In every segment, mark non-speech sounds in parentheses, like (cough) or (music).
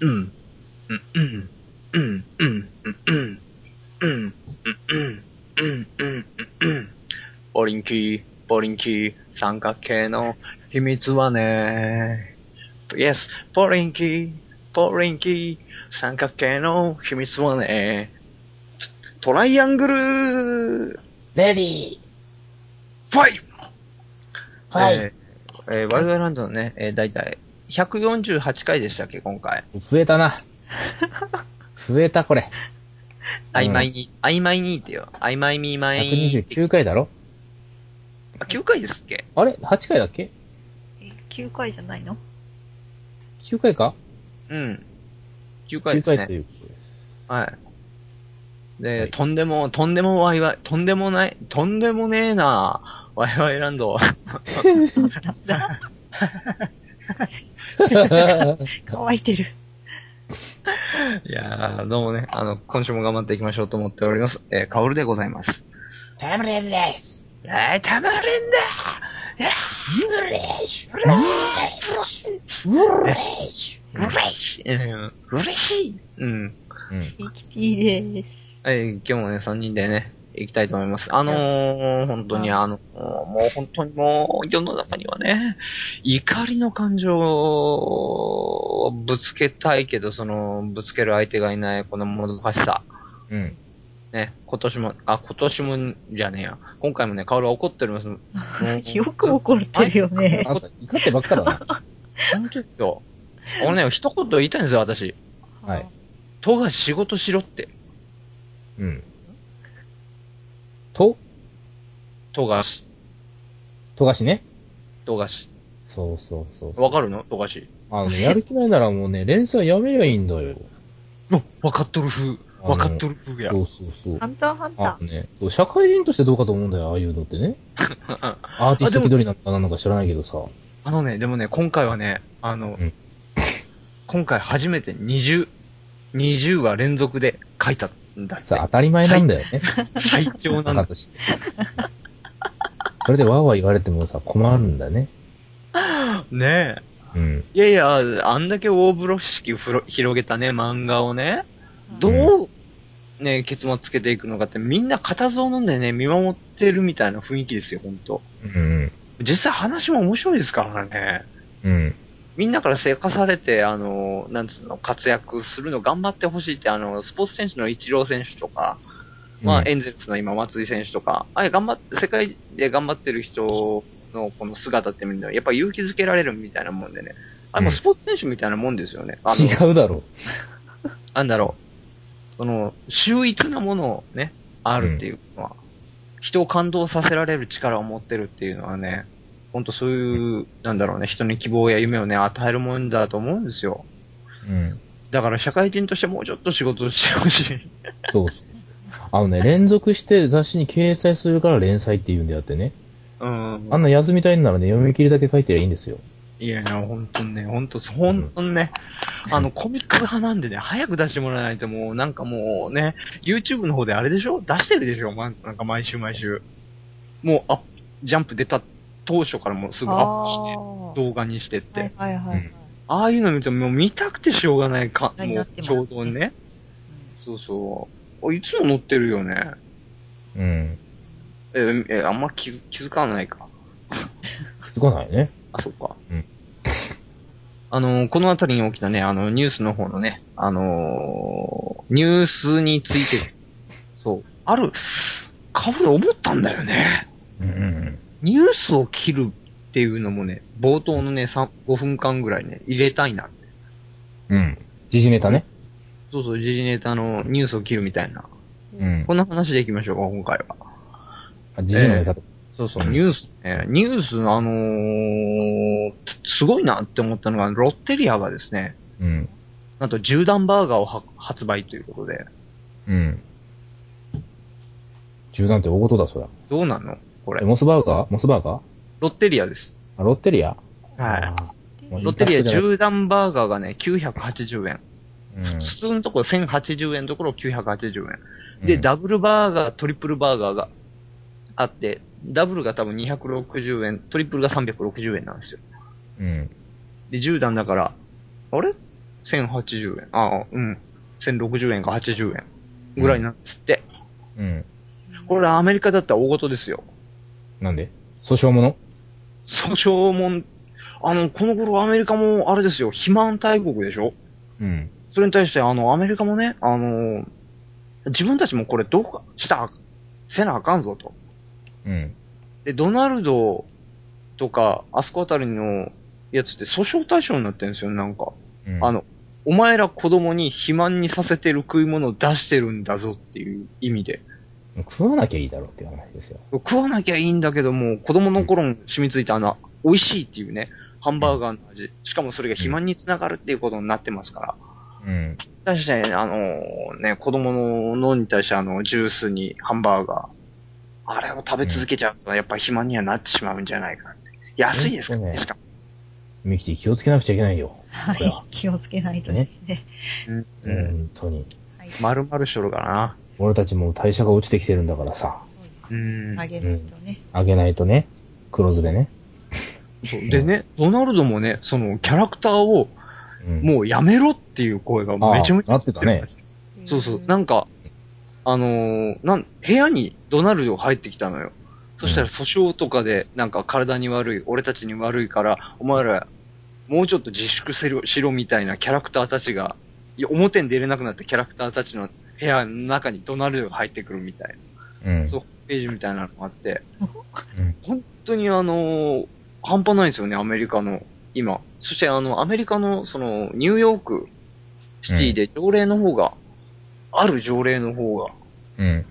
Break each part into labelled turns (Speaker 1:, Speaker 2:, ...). Speaker 1: うん。うん。うん。うん。うん。うん。うん。うん。うん。うん。うん。ボリンキー、ボリンキー、三角形の秘密はね。Yes, ボリンキー、ボリンキー、三角形の秘密はね。トライアングル
Speaker 2: レディー、
Speaker 1: ファイト
Speaker 2: ファイト、
Speaker 1: えーえーワイルドランドのね、えー、だいたい148回でしたっけ、今回。
Speaker 2: 増えたな。増えた、これ。
Speaker 1: 曖昧に、曖昧にってよ。曖昧に曖昧に。
Speaker 2: 129回だろ
Speaker 1: あ、9回ですっけ
Speaker 2: あれ ?8 回だっけ
Speaker 3: え9回じゃないの
Speaker 2: ?9 回か
Speaker 1: うん。9
Speaker 2: ?9
Speaker 1: 回です
Speaker 2: 回と
Speaker 1: ね。
Speaker 2: いうことです。
Speaker 1: はい。
Speaker 2: は
Speaker 1: で、
Speaker 2: い
Speaker 1: とんでも、とんでもワイワイ、とんでもない、とんでもねえなワイワイランド。
Speaker 3: 乾いてる。
Speaker 1: (laughs) いやー、どうもね、あの、今週も頑張っていきましょうと思っております。えー、カオルでございます。
Speaker 2: タムレンです。
Speaker 1: えー、たまれんだいや
Speaker 2: ユーレッシュユーレッシュユーレッ
Speaker 1: ー嬉しい
Speaker 2: シ
Speaker 1: うん嬉しいうん。
Speaker 2: ュうん。
Speaker 3: ミキティです。
Speaker 1: はい、今日もね、3人でね、行きたいと思います。あのー、本当にあの、もう本当にもう、世の中にはね、怒りの感情をぶつけたいけど、その、ぶつける相手がいない、このもどかしさ。
Speaker 2: うん。
Speaker 1: ね、今年も、あ、今年もじゃねえや。今回もね、カオルは怒っております。もう
Speaker 3: よく怒ってるよね。
Speaker 2: あんた、怒ってばっかだな。
Speaker 1: 本当ですよ。俺ね、一言言いたいんですよ、私。
Speaker 2: はい。
Speaker 1: とが仕事しろって。
Speaker 2: うん。と、
Speaker 1: とがし、
Speaker 2: とがしね。
Speaker 1: とがし。
Speaker 2: そうそうそうそう。
Speaker 1: わかるのとがし。
Speaker 2: あの、やる気ないならもうね、連載やめりゃいいんだよ。
Speaker 1: もう、わかっとる風。
Speaker 2: あの
Speaker 1: わかっとる風や
Speaker 2: そ。うそうそう
Speaker 3: ハ。ンターハン
Speaker 2: あ
Speaker 3: タ
Speaker 2: のね、そう社会人としてどうかと思うんだよ、ああいうのって
Speaker 1: (laughs)
Speaker 2: ね。アーティスト気取りなのかなんのか知らないけどさ。
Speaker 1: あのね、でもね、今回はね、あの、
Speaker 2: うん
Speaker 1: 今回初めて20、20話連続で書いたんだって
Speaker 2: さ、。当たり前なんだよね。
Speaker 1: 最強な
Speaker 2: 中
Speaker 1: の。
Speaker 2: として。それでわーわー言われてもさ、困るんだね。
Speaker 1: ねえ。
Speaker 2: うん。
Speaker 1: いやいや、あんだけ大風呂敷ふろ広げたね、漫画をね、
Speaker 3: ー。
Speaker 1: どう、ね、結末つけていくのかって、みんな固唾を飲んでね、見守ってるみたいな雰囲気ですよ、ほんと。
Speaker 2: うん
Speaker 1: 実際話も面白いですからね。
Speaker 2: うん。うん。
Speaker 1: みんなからせかされて、あの、なんつうの、活躍するの頑張ってほしいって、あの、スポーツ選手のイチロー選手とか、まあ、エンゼルスの今、松井選手とか、あれ頑張って、世界で頑張ってる人のこの姿って見るのやっぱ勇気づけられるみたいなもんでね。あれも
Speaker 2: うん
Speaker 1: スポーツ選手みたいなもんですよね。あの、
Speaker 2: 違うだろ
Speaker 1: なんだろう。その、秀逸なものをね、あるっていうのは、人を感動させられる力を持ってるっていうのはね、ほんとそういう、なんだろうね、人に希望や夢をね、与えるもんだと思うんですよ。
Speaker 2: う。うん。
Speaker 1: だから社会人としてもうちょっと仕事をしてほしい。
Speaker 2: そうそう。あのね、連続して雑誌に掲載するから連載って言うんであってね。
Speaker 1: うん。
Speaker 2: あんな休みたいんならね、読み切りだけ書いてりゃいいんですよ。
Speaker 1: いや、本当にね、本当本当にね、あの、コミック派なんでね、早く出してもらわないともう、なんかもうね、YouTube の方であれでしょ出してるでしょまなんか毎週毎週。もう、あ、ジャンプ出た当初からもうすぐアップして、
Speaker 3: あ
Speaker 1: 動画にしてって。
Speaker 3: ーはいはいはいは
Speaker 2: うん
Speaker 3: い。
Speaker 1: ああいうの見るともう見たくてしょうがないか、
Speaker 3: はい
Speaker 1: も
Speaker 3: な
Speaker 1: う
Speaker 3: ってます
Speaker 1: 衝動にね。そうそう。あいつも乗ってるよね。
Speaker 2: うん。
Speaker 1: えー、えーあんま気づ気づかないか。
Speaker 2: 気づかないね。
Speaker 1: あ、そっか。
Speaker 2: うん
Speaker 1: あの、このあたりに起きたね、あの、ニュースの方のね、あのーニュースについ
Speaker 2: (laughs)
Speaker 1: て、そう、ある、かぶ思ったんだよね。
Speaker 2: うんうん
Speaker 1: ニュースを切るっていうのもね、冒頭のね、さん5分間ぐらいね、入れたいな。
Speaker 2: うん。うん。時事ネタね。
Speaker 1: そうそう、時事ネタのニュースを切るみたいな。
Speaker 2: うん
Speaker 1: こ。んな話でいきましょうか、今回は。
Speaker 2: あ時事のネタとか。
Speaker 1: そうそうう、
Speaker 2: ん
Speaker 1: ニュース、ね、ニュース、あのーすごいなって思ったのが、ロッテリアがですね、
Speaker 2: うん。
Speaker 1: なんと10段バーガーをは発売ということで、
Speaker 2: うん。銃弾って大事だ、そりゃ。
Speaker 1: どうなのこ
Speaker 2: え
Speaker 1: れ。
Speaker 2: モスバーガーモスバーガー
Speaker 1: ロッテリアです。
Speaker 2: あ、ロッテリア
Speaker 1: は
Speaker 2: もう
Speaker 1: い。
Speaker 2: い
Speaker 1: ロッテリア
Speaker 2: いい格好じゃない
Speaker 1: 10段バーガーがね、980円。
Speaker 2: うん
Speaker 1: 普通のところ1080円のところ980円。で、
Speaker 2: うん
Speaker 1: ダブルバーガー、トリプルバーガーがあって、ダブルが多分260円、トリプルが360円なんですよ。
Speaker 2: うん。
Speaker 1: で、10段だから、あれ1080円。ああ、うん。1060円か80円。ぐらいなんですって。
Speaker 2: うん。
Speaker 1: これアメリカだったら大事ですよ。
Speaker 2: なんで訴訟もの
Speaker 1: 訴訟もん、あの、この頃アメリカもあれですよ、肥満大国でしょ
Speaker 2: うん。
Speaker 1: それに対して、あの、アメリカもね、あの、自分たちもこれどうかしたら、せなあかんぞと。
Speaker 2: うん。
Speaker 1: で、ドナルドとか、あそこあたりのやつって訴訟対象になってるんですよ、なんか。
Speaker 2: うん、
Speaker 1: あの、お前ら子供に肥満にさせてる食い物を出してるんだぞっていう意味で。
Speaker 2: 食わなきゃいいだろうっていう話ですよ。
Speaker 1: 食わなきゃいいんだけども、子供の頃に染みついたあの、美味しいっていうね、ハンバーガーの味。しかもそれが肥満につながるっていうことになってますから。
Speaker 2: うん。
Speaker 1: 対して、あのね、子供の脳に対してあの、ジュースにハンバーガー。あれを食べ続けちゃうと、やっぱり肥満にはなってしまうんじゃないかなって。安いですからね、
Speaker 2: うん
Speaker 1: しかも。
Speaker 2: ミキティ気をつけなくちゃいけないよ。
Speaker 3: は。
Speaker 2: これはい
Speaker 3: 気をつけないとですね。
Speaker 1: うん。
Speaker 2: 本当に。
Speaker 3: はい。
Speaker 1: 丸々しとるからな。
Speaker 2: 俺たちもう代謝が落ちてきてるんだからさ。
Speaker 1: うん。
Speaker 3: あげないとね。
Speaker 2: あげないとね。黒ずれね。
Speaker 1: そうでね、ドナルドもね、そのキャラクターを
Speaker 2: うん、
Speaker 1: もうやめろっていう声がめちゃめちゃ
Speaker 2: ああなってたね。
Speaker 1: そうそう。なんか、あのーなん、部屋にドナルドが入ってきたのよ。そしたら訴訟とかで、なんか体に悪い、俺たちに悪いから、お前ら、もうちょっと自粛せろしろみたいなキャラクターたちが、いや表に出れなくなったキャラクターたちの部屋の中にドナルドが入ってくるみたい
Speaker 2: うん。
Speaker 1: な、そう、ホームページみたいなのがあって、
Speaker 2: うん。
Speaker 1: 本当にあのー半端ないんですよね、アメリカの、今。そしてあの、アメリカの、その、ニューヨークシティで条例の方が、ある条例の方が、
Speaker 2: うん。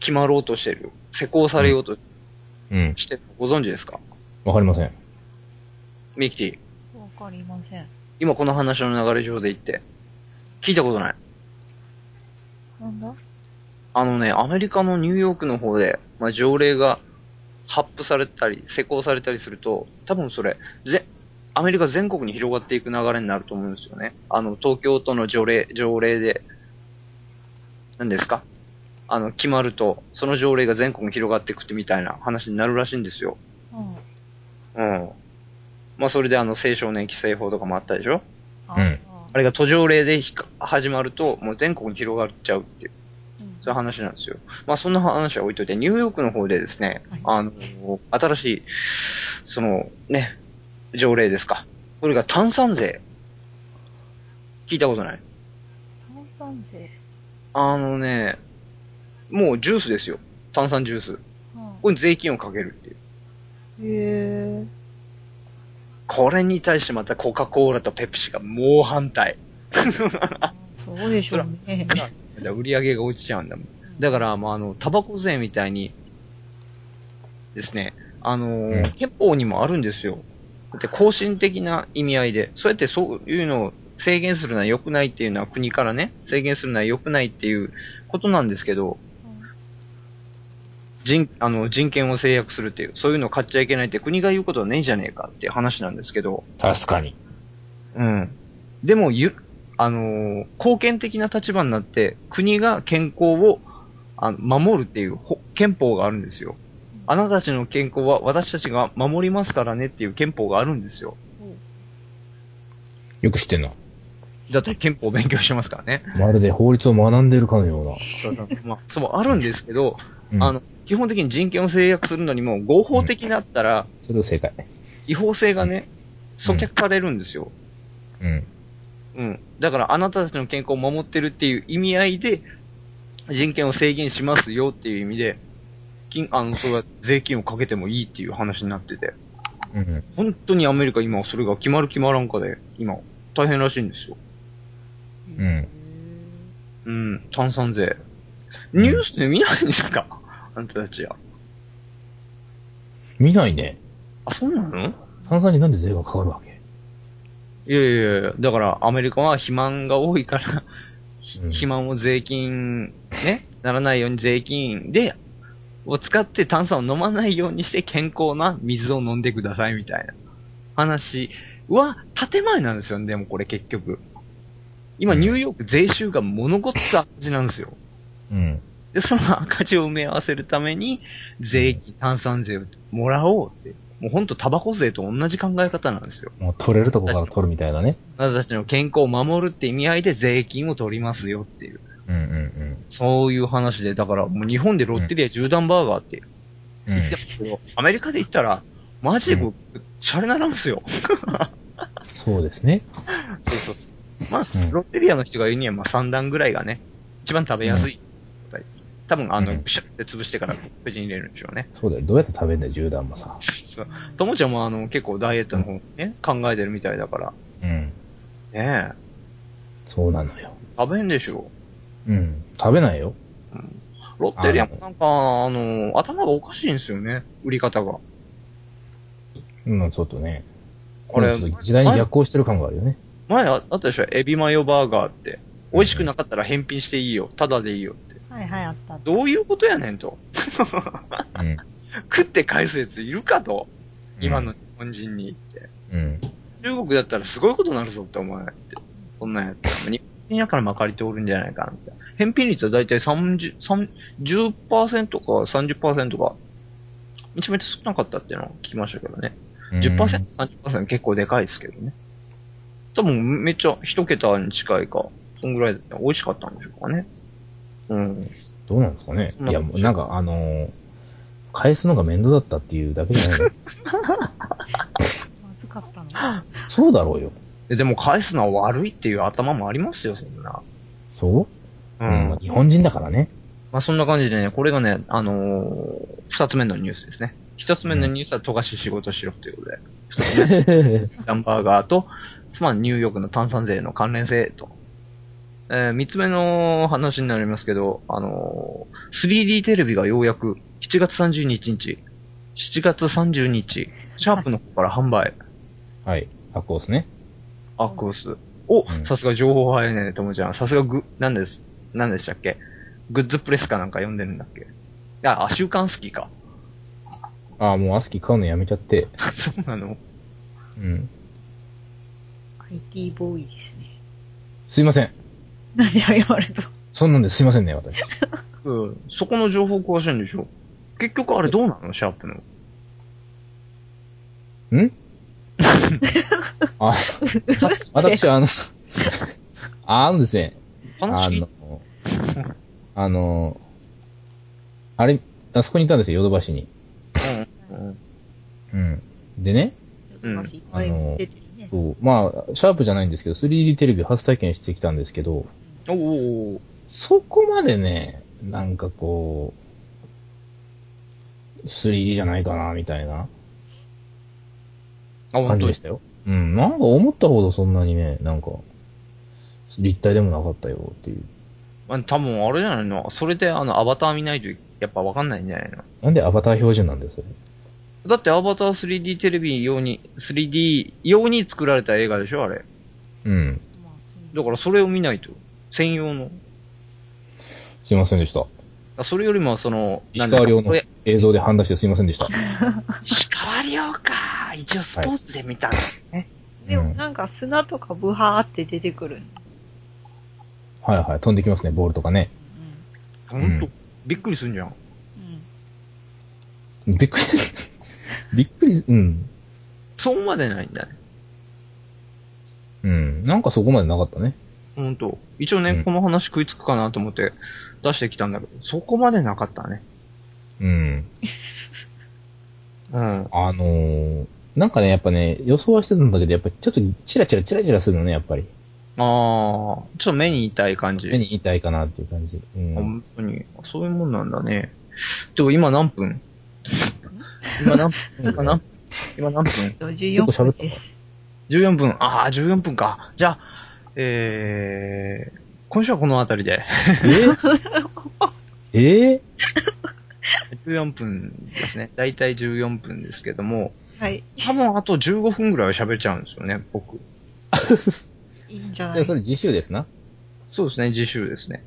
Speaker 1: 決まろうとしてる、施行されようと
Speaker 2: うん。
Speaker 1: してるのご存知ですか
Speaker 2: わかりません。
Speaker 1: ミキティ、
Speaker 3: わかりません。
Speaker 1: 今この話の流れ上で言って。聞いたことない。
Speaker 3: なんだ
Speaker 1: あのね、アメリカのニューヨークの方で、まあ、条例が発布されたり、施行されたりすると、多分それ、ぜ、アメリカ全国に広がっていく流れになると思うんですよね。あの、東京都の条例、条例で、何ですかあの、決まると、その条例が全国に広がっていくってみたいな話になるらしいんですよ。
Speaker 3: うん。
Speaker 1: うん。まあ、それであの、青少年規制法とかもあったでしょ
Speaker 3: あ
Speaker 2: うん
Speaker 1: あれが途上例でひか始まると、もう全国に広がっちゃうっていう、
Speaker 3: うん
Speaker 1: そういう話なんですよ。まあ、そんな話は置いといて、ニューヨークの方でですね、
Speaker 3: はい
Speaker 1: あの、新しい、その、ね、条例ですか。これが炭酸税。聞いたことない
Speaker 3: 炭酸税。
Speaker 1: あのね、もうジュースですよ。炭酸ジュース。
Speaker 3: うん
Speaker 1: ここに税金をかけるっていう。
Speaker 3: へ
Speaker 1: これに対してまたコカ・コーラとペプシが猛反対。
Speaker 3: え。そうでしょうね。
Speaker 1: だから売り上げが落ちちゃうんだもん。だから、まあ、あの、タバコ税みたいに、ですね、あのー
Speaker 2: うん
Speaker 1: 憲法にもあるんですよ。だって、更新的な意味合いで、そうやってそういうのを制限するのは良くないっていうのは国からね、制限するのは良くないっていうことなんですけど、人、あの、人権を制約するっていう、そういうのを買っちゃいけないって国が言うことはねえじゃねえかっていう話なんですけど、
Speaker 2: 確かに。
Speaker 1: うん。でも、ゆ、あのー貢献的な立場になって、国が健康をあの守るっていうほ憲法があるんですよ。あなたたちの健康は私たちが守りますからねっていう憲法があるんですよ。
Speaker 2: よく知ってんな。
Speaker 1: だって憲法を勉強してますからね。
Speaker 2: まるで法律を学んでるかのような。
Speaker 1: (laughs) まあ、そう、あるんですけど、
Speaker 2: うん、
Speaker 1: あの、基本的に人権を制約するのにも合法的だったら
Speaker 2: それを正解。
Speaker 1: 違法性がね、阻却されるんですよ。
Speaker 2: うん。
Speaker 1: うん。だからあなたたちの健康を守ってるっていう意味合いで、人権を制限しますよっていう意味で、金、あの、それは税金をかけてもいいっていう話になってて、
Speaker 2: うん。
Speaker 1: 本当にアメリカ今それが決まる決まらんかで、今、大変らしいんですよ。
Speaker 2: う
Speaker 3: へ
Speaker 2: ん。
Speaker 1: うん、炭酸税。ニュースで見ないんですか、あなたたちは。
Speaker 2: 見ないね。
Speaker 1: あ、そうなの
Speaker 2: 炭酸になんで税がかかるわけ
Speaker 1: いやいやいや、だからアメリカは肥満が多いから、ひ
Speaker 2: うん
Speaker 1: 肥満を税金、ね、ならないように税金で、を使って炭酸を飲まないようにして健康な水を飲んでくださいみたいな話は建前なんですよね、でもこれ結局。今
Speaker 2: うん
Speaker 1: ニューヨーク税収が物ごっつ赤字なんですよ。
Speaker 2: うん。
Speaker 1: で、その赤字を埋め合わせるために税金、炭酸税をもらおうってもうほんとタバコ税と同じ考え方なんですよ。
Speaker 2: もう取れるとこから取るみたいなね。
Speaker 1: あなたたちの健康を守るって意味合いで税金を取りますよっていう。
Speaker 2: うんうん
Speaker 1: そういう話で、だからもう日本でロッテリア縦断バーガーって
Speaker 2: うん。
Speaker 1: 言
Speaker 2: う
Speaker 1: って
Speaker 2: ん
Speaker 1: ま、すけど、アメリカで言ったら、マジでこう、シャレならんすよ。
Speaker 2: そうですね。
Speaker 1: そうそうまあ
Speaker 2: う、ん
Speaker 1: ロッテリアの人が言うには、まあ3段ぐらいがね、一番食べやすい状態。多分、あ
Speaker 2: う
Speaker 1: の、
Speaker 2: ん
Speaker 1: ブシャって潰してから、口に入れるんでしょうね。
Speaker 2: そうだよ。どうやって食べんだよ、銃弾もさ。
Speaker 1: そうともちゃんも、あの、結構ダイエットの方ね、考えてるみたいだから。
Speaker 2: うん。
Speaker 1: ね
Speaker 2: そうなのよ。
Speaker 1: え、食べんでしょ
Speaker 2: うん。食べないよ。
Speaker 1: ロッテリアもなんか、あの、頭がおかしいんですよね、売り方が。
Speaker 2: うん、ちょっとね。
Speaker 1: これ
Speaker 2: ちょっと時代に逆行してる感があるよね。
Speaker 1: 前あったでしょ、エビマヨバーガーって。美味しくなかったら返品していいよ、ただでいいよって。
Speaker 3: はいはい、あった。
Speaker 1: どういうことやねんと。
Speaker 2: うん。
Speaker 1: 食って返すやついるかと。今の日本人にって。
Speaker 2: うん。
Speaker 1: 中国だったらすごいことになるぞって思わないって。そんなんやったら。日本人やからまかりておるんじゃないかなみたいな。返品率はだいたい30、3 10%か30%か。めちゃめちゃ少なかったっていうのを聞きましたけどね。
Speaker 2: うん。
Speaker 1: 10%、30%結構でかいですけどね。多分めっちゃ一桁に近いか、そんぐらい美味しかったんでしょうかね。うん。
Speaker 2: どうなんですかね。いや、もうなんか、あのー返すのが面倒だったっていうだけじゃない (laughs) の
Speaker 3: まずかったの。
Speaker 2: そうだろうよ。
Speaker 1: ででも返すのは悪いっていう頭もありますよ、そんな。
Speaker 2: そうう、
Speaker 1: ん。
Speaker 2: まあ日本人だからね。
Speaker 1: まあそんな感じでね、これがね、あのー二つ目のニュースですね。一つ目のニュースは、富樫仕事しろということで。二つ目、ハンバーガーと、つまりニューヨークの炭酸税の関連性と。えー三つ目の話になりますけど、あのー 3D テレビがようやく7月30日、7月30日、シャープの方から販売、
Speaker 2: はい。発行ですね。
Speaker 1: アックス。お
Speaker 2: う、ん
Speaker 1: さすが情報早いね、ともちゃん。さすがグ、なんです、なんでしたっけグッズプレスかなんか読んでるんだっけあ、あ週刊好きか。 (laughs)
Speaker 2: ああ、もうアスキー買うのやめちゃって。
Speaker 1: そうなの
Speaker 2: うん。
Speaker 3: IT ボーイですね。
Speaker 2: すいません。
Speaker 3: なんで謝ると。
Speaker 2: そんなんですいませんね、私。
Speaker 1: うん。そこの情報詳しいんでしょ結局あれどうなのシャープの。 (laughs)
Speaker 2: んあ、 (laughs) 私はあの、あのですね、あ
Speaker 1: 話聞い
Speaker 2: の、あの、あれ、あそこにいたんですよ、ヨドバシに。
Speaker 1: うんうん
Speaker 2: うん。でね、
Speaker 1: うん
Speaker 3: マジいっぱい出てるね。
Speaker 2: そうまあ、シャープじゃないんですけど、3D テレビ初体験してきたんですけど、
Speaker 1: おお
Speaker 2: そこまでね、なんかこう、3D じゃないかな、みたいな
Speaker 1: あ、
Speaker 2: 感
Speaker 1: 本
Speaker 2: じ
Speaker 1: 当
Speaker 2: で
Speaker 1: で
Speaker 2: し
Speaker 1: す。
Speaker 2: たよ。うん、なんか思ったほどそんなにね、なんか、立体でもなかったよっていう。
Speaker 1: まあ、多分あれじゃないのそれであの、アバター見ないとやっぱわかんないんじゃないの
Speaker 2: なんでアバター標準なんですよ。
Speaker 1: だってアバター 3D テレビ用に、3D 用に作られた映画でしょあれ。
Speaker 2: うん。
Speaker 3: まあそ
Speaker 1: だ
Speaker 3: う
Speaker 1: からそれを見ないと。専用の。
Speaker 2: すいませんでした。
Speaker 1: あそれよりもその、
Speaker 2: 石川遼
Speaker 1: なんだこ
Speaker 2: の
Speaker 1: れ
Speaker 2: 映像で判断してすいませんでした。
Speaker 1: 石川遼か。一応スポーツで見たんだね。
Speaker 3: でもなんか砂とかブハーって出てくる。
Speaker 2: はいはい。飛んできますね、ボールとかね。
Speaker 1: ほ
Speaker 2: い
Speaker 1: ん
Speaker 2: う
Speaker 1: と
Speaker 2: ん。
Speaker 1: びっくりすんじゃん。
Speaker 3: うん。
Speaker 2: びっくり、 (laughs) びっくり、うん。
Speaker 1: そうまでないんだね。
Speaker 2: うん。なんかそこまでなかったね。
Speaker 1: ほんと。一応ね、
Speaker 2: うん
Speaker 1: この話食いつくかなと思って出してきたんだけど、そこまでなかったね。
Speaker 2: うん。
Speaker 1: うん。
Speaker 2: あのー、なんかね、やっぱね、予想はしてたんだけど、やっぱちょっとチラチラチラチラするのね、やっぱり。
Speaker 1: ああ、ちょっと目に痛い感じ。
Speaker 2: 目に痛いかなっていう感じ。うん。
Speaker 1: 本当に。そういうもんなんだね。でも今何分今何分今何分今何分
Speaker 3: 54分です。
Speaker 1: ?14 分。ああ、14分か。じゃあ、えー、今週はこの辺りで。
Speaker 2: (laughs) ええ
Speaker 1: 14分ですね。だいたい14分ですけども、
Speaker 3: はい。
Speaker 1: 多分あと15分ぐらいは喋っちゃうんですよね、僕。
Speaker 3: いいんじゃ
Speaker 2: ー
Speaker 3: ない
Speaker 2: や、
Speaker 3: いです
Speaker 2: そ
Speaker 3: か。
Speaker 2: れ自習ですな。
Speaker 1: そうですね、次週ですね。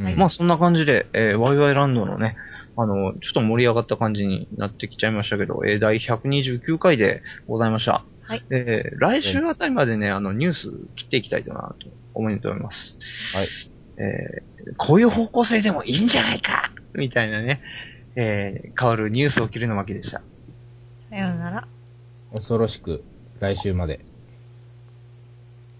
Speaker 2: うん
Speaker 1: まあそんな感じで、えー、ワイワイランドのね、あの、ちょっと盛り上がった感じになってきちゃいましたけど、えー、第129回でございました。
Speaker 3: はい。
Speaker 1: えー、来週あたりまでね、あの、ニュース切っていきたいとなと思っております。
Speaker 2: はい。
Speaker 1: えー、こういう方向性でもいいんじゃないかみたいなね、えー、変わるニュースを切るの巻でした。
Speaker 3: さようなら。
Speaker 2: 恐ろしく、来週まで。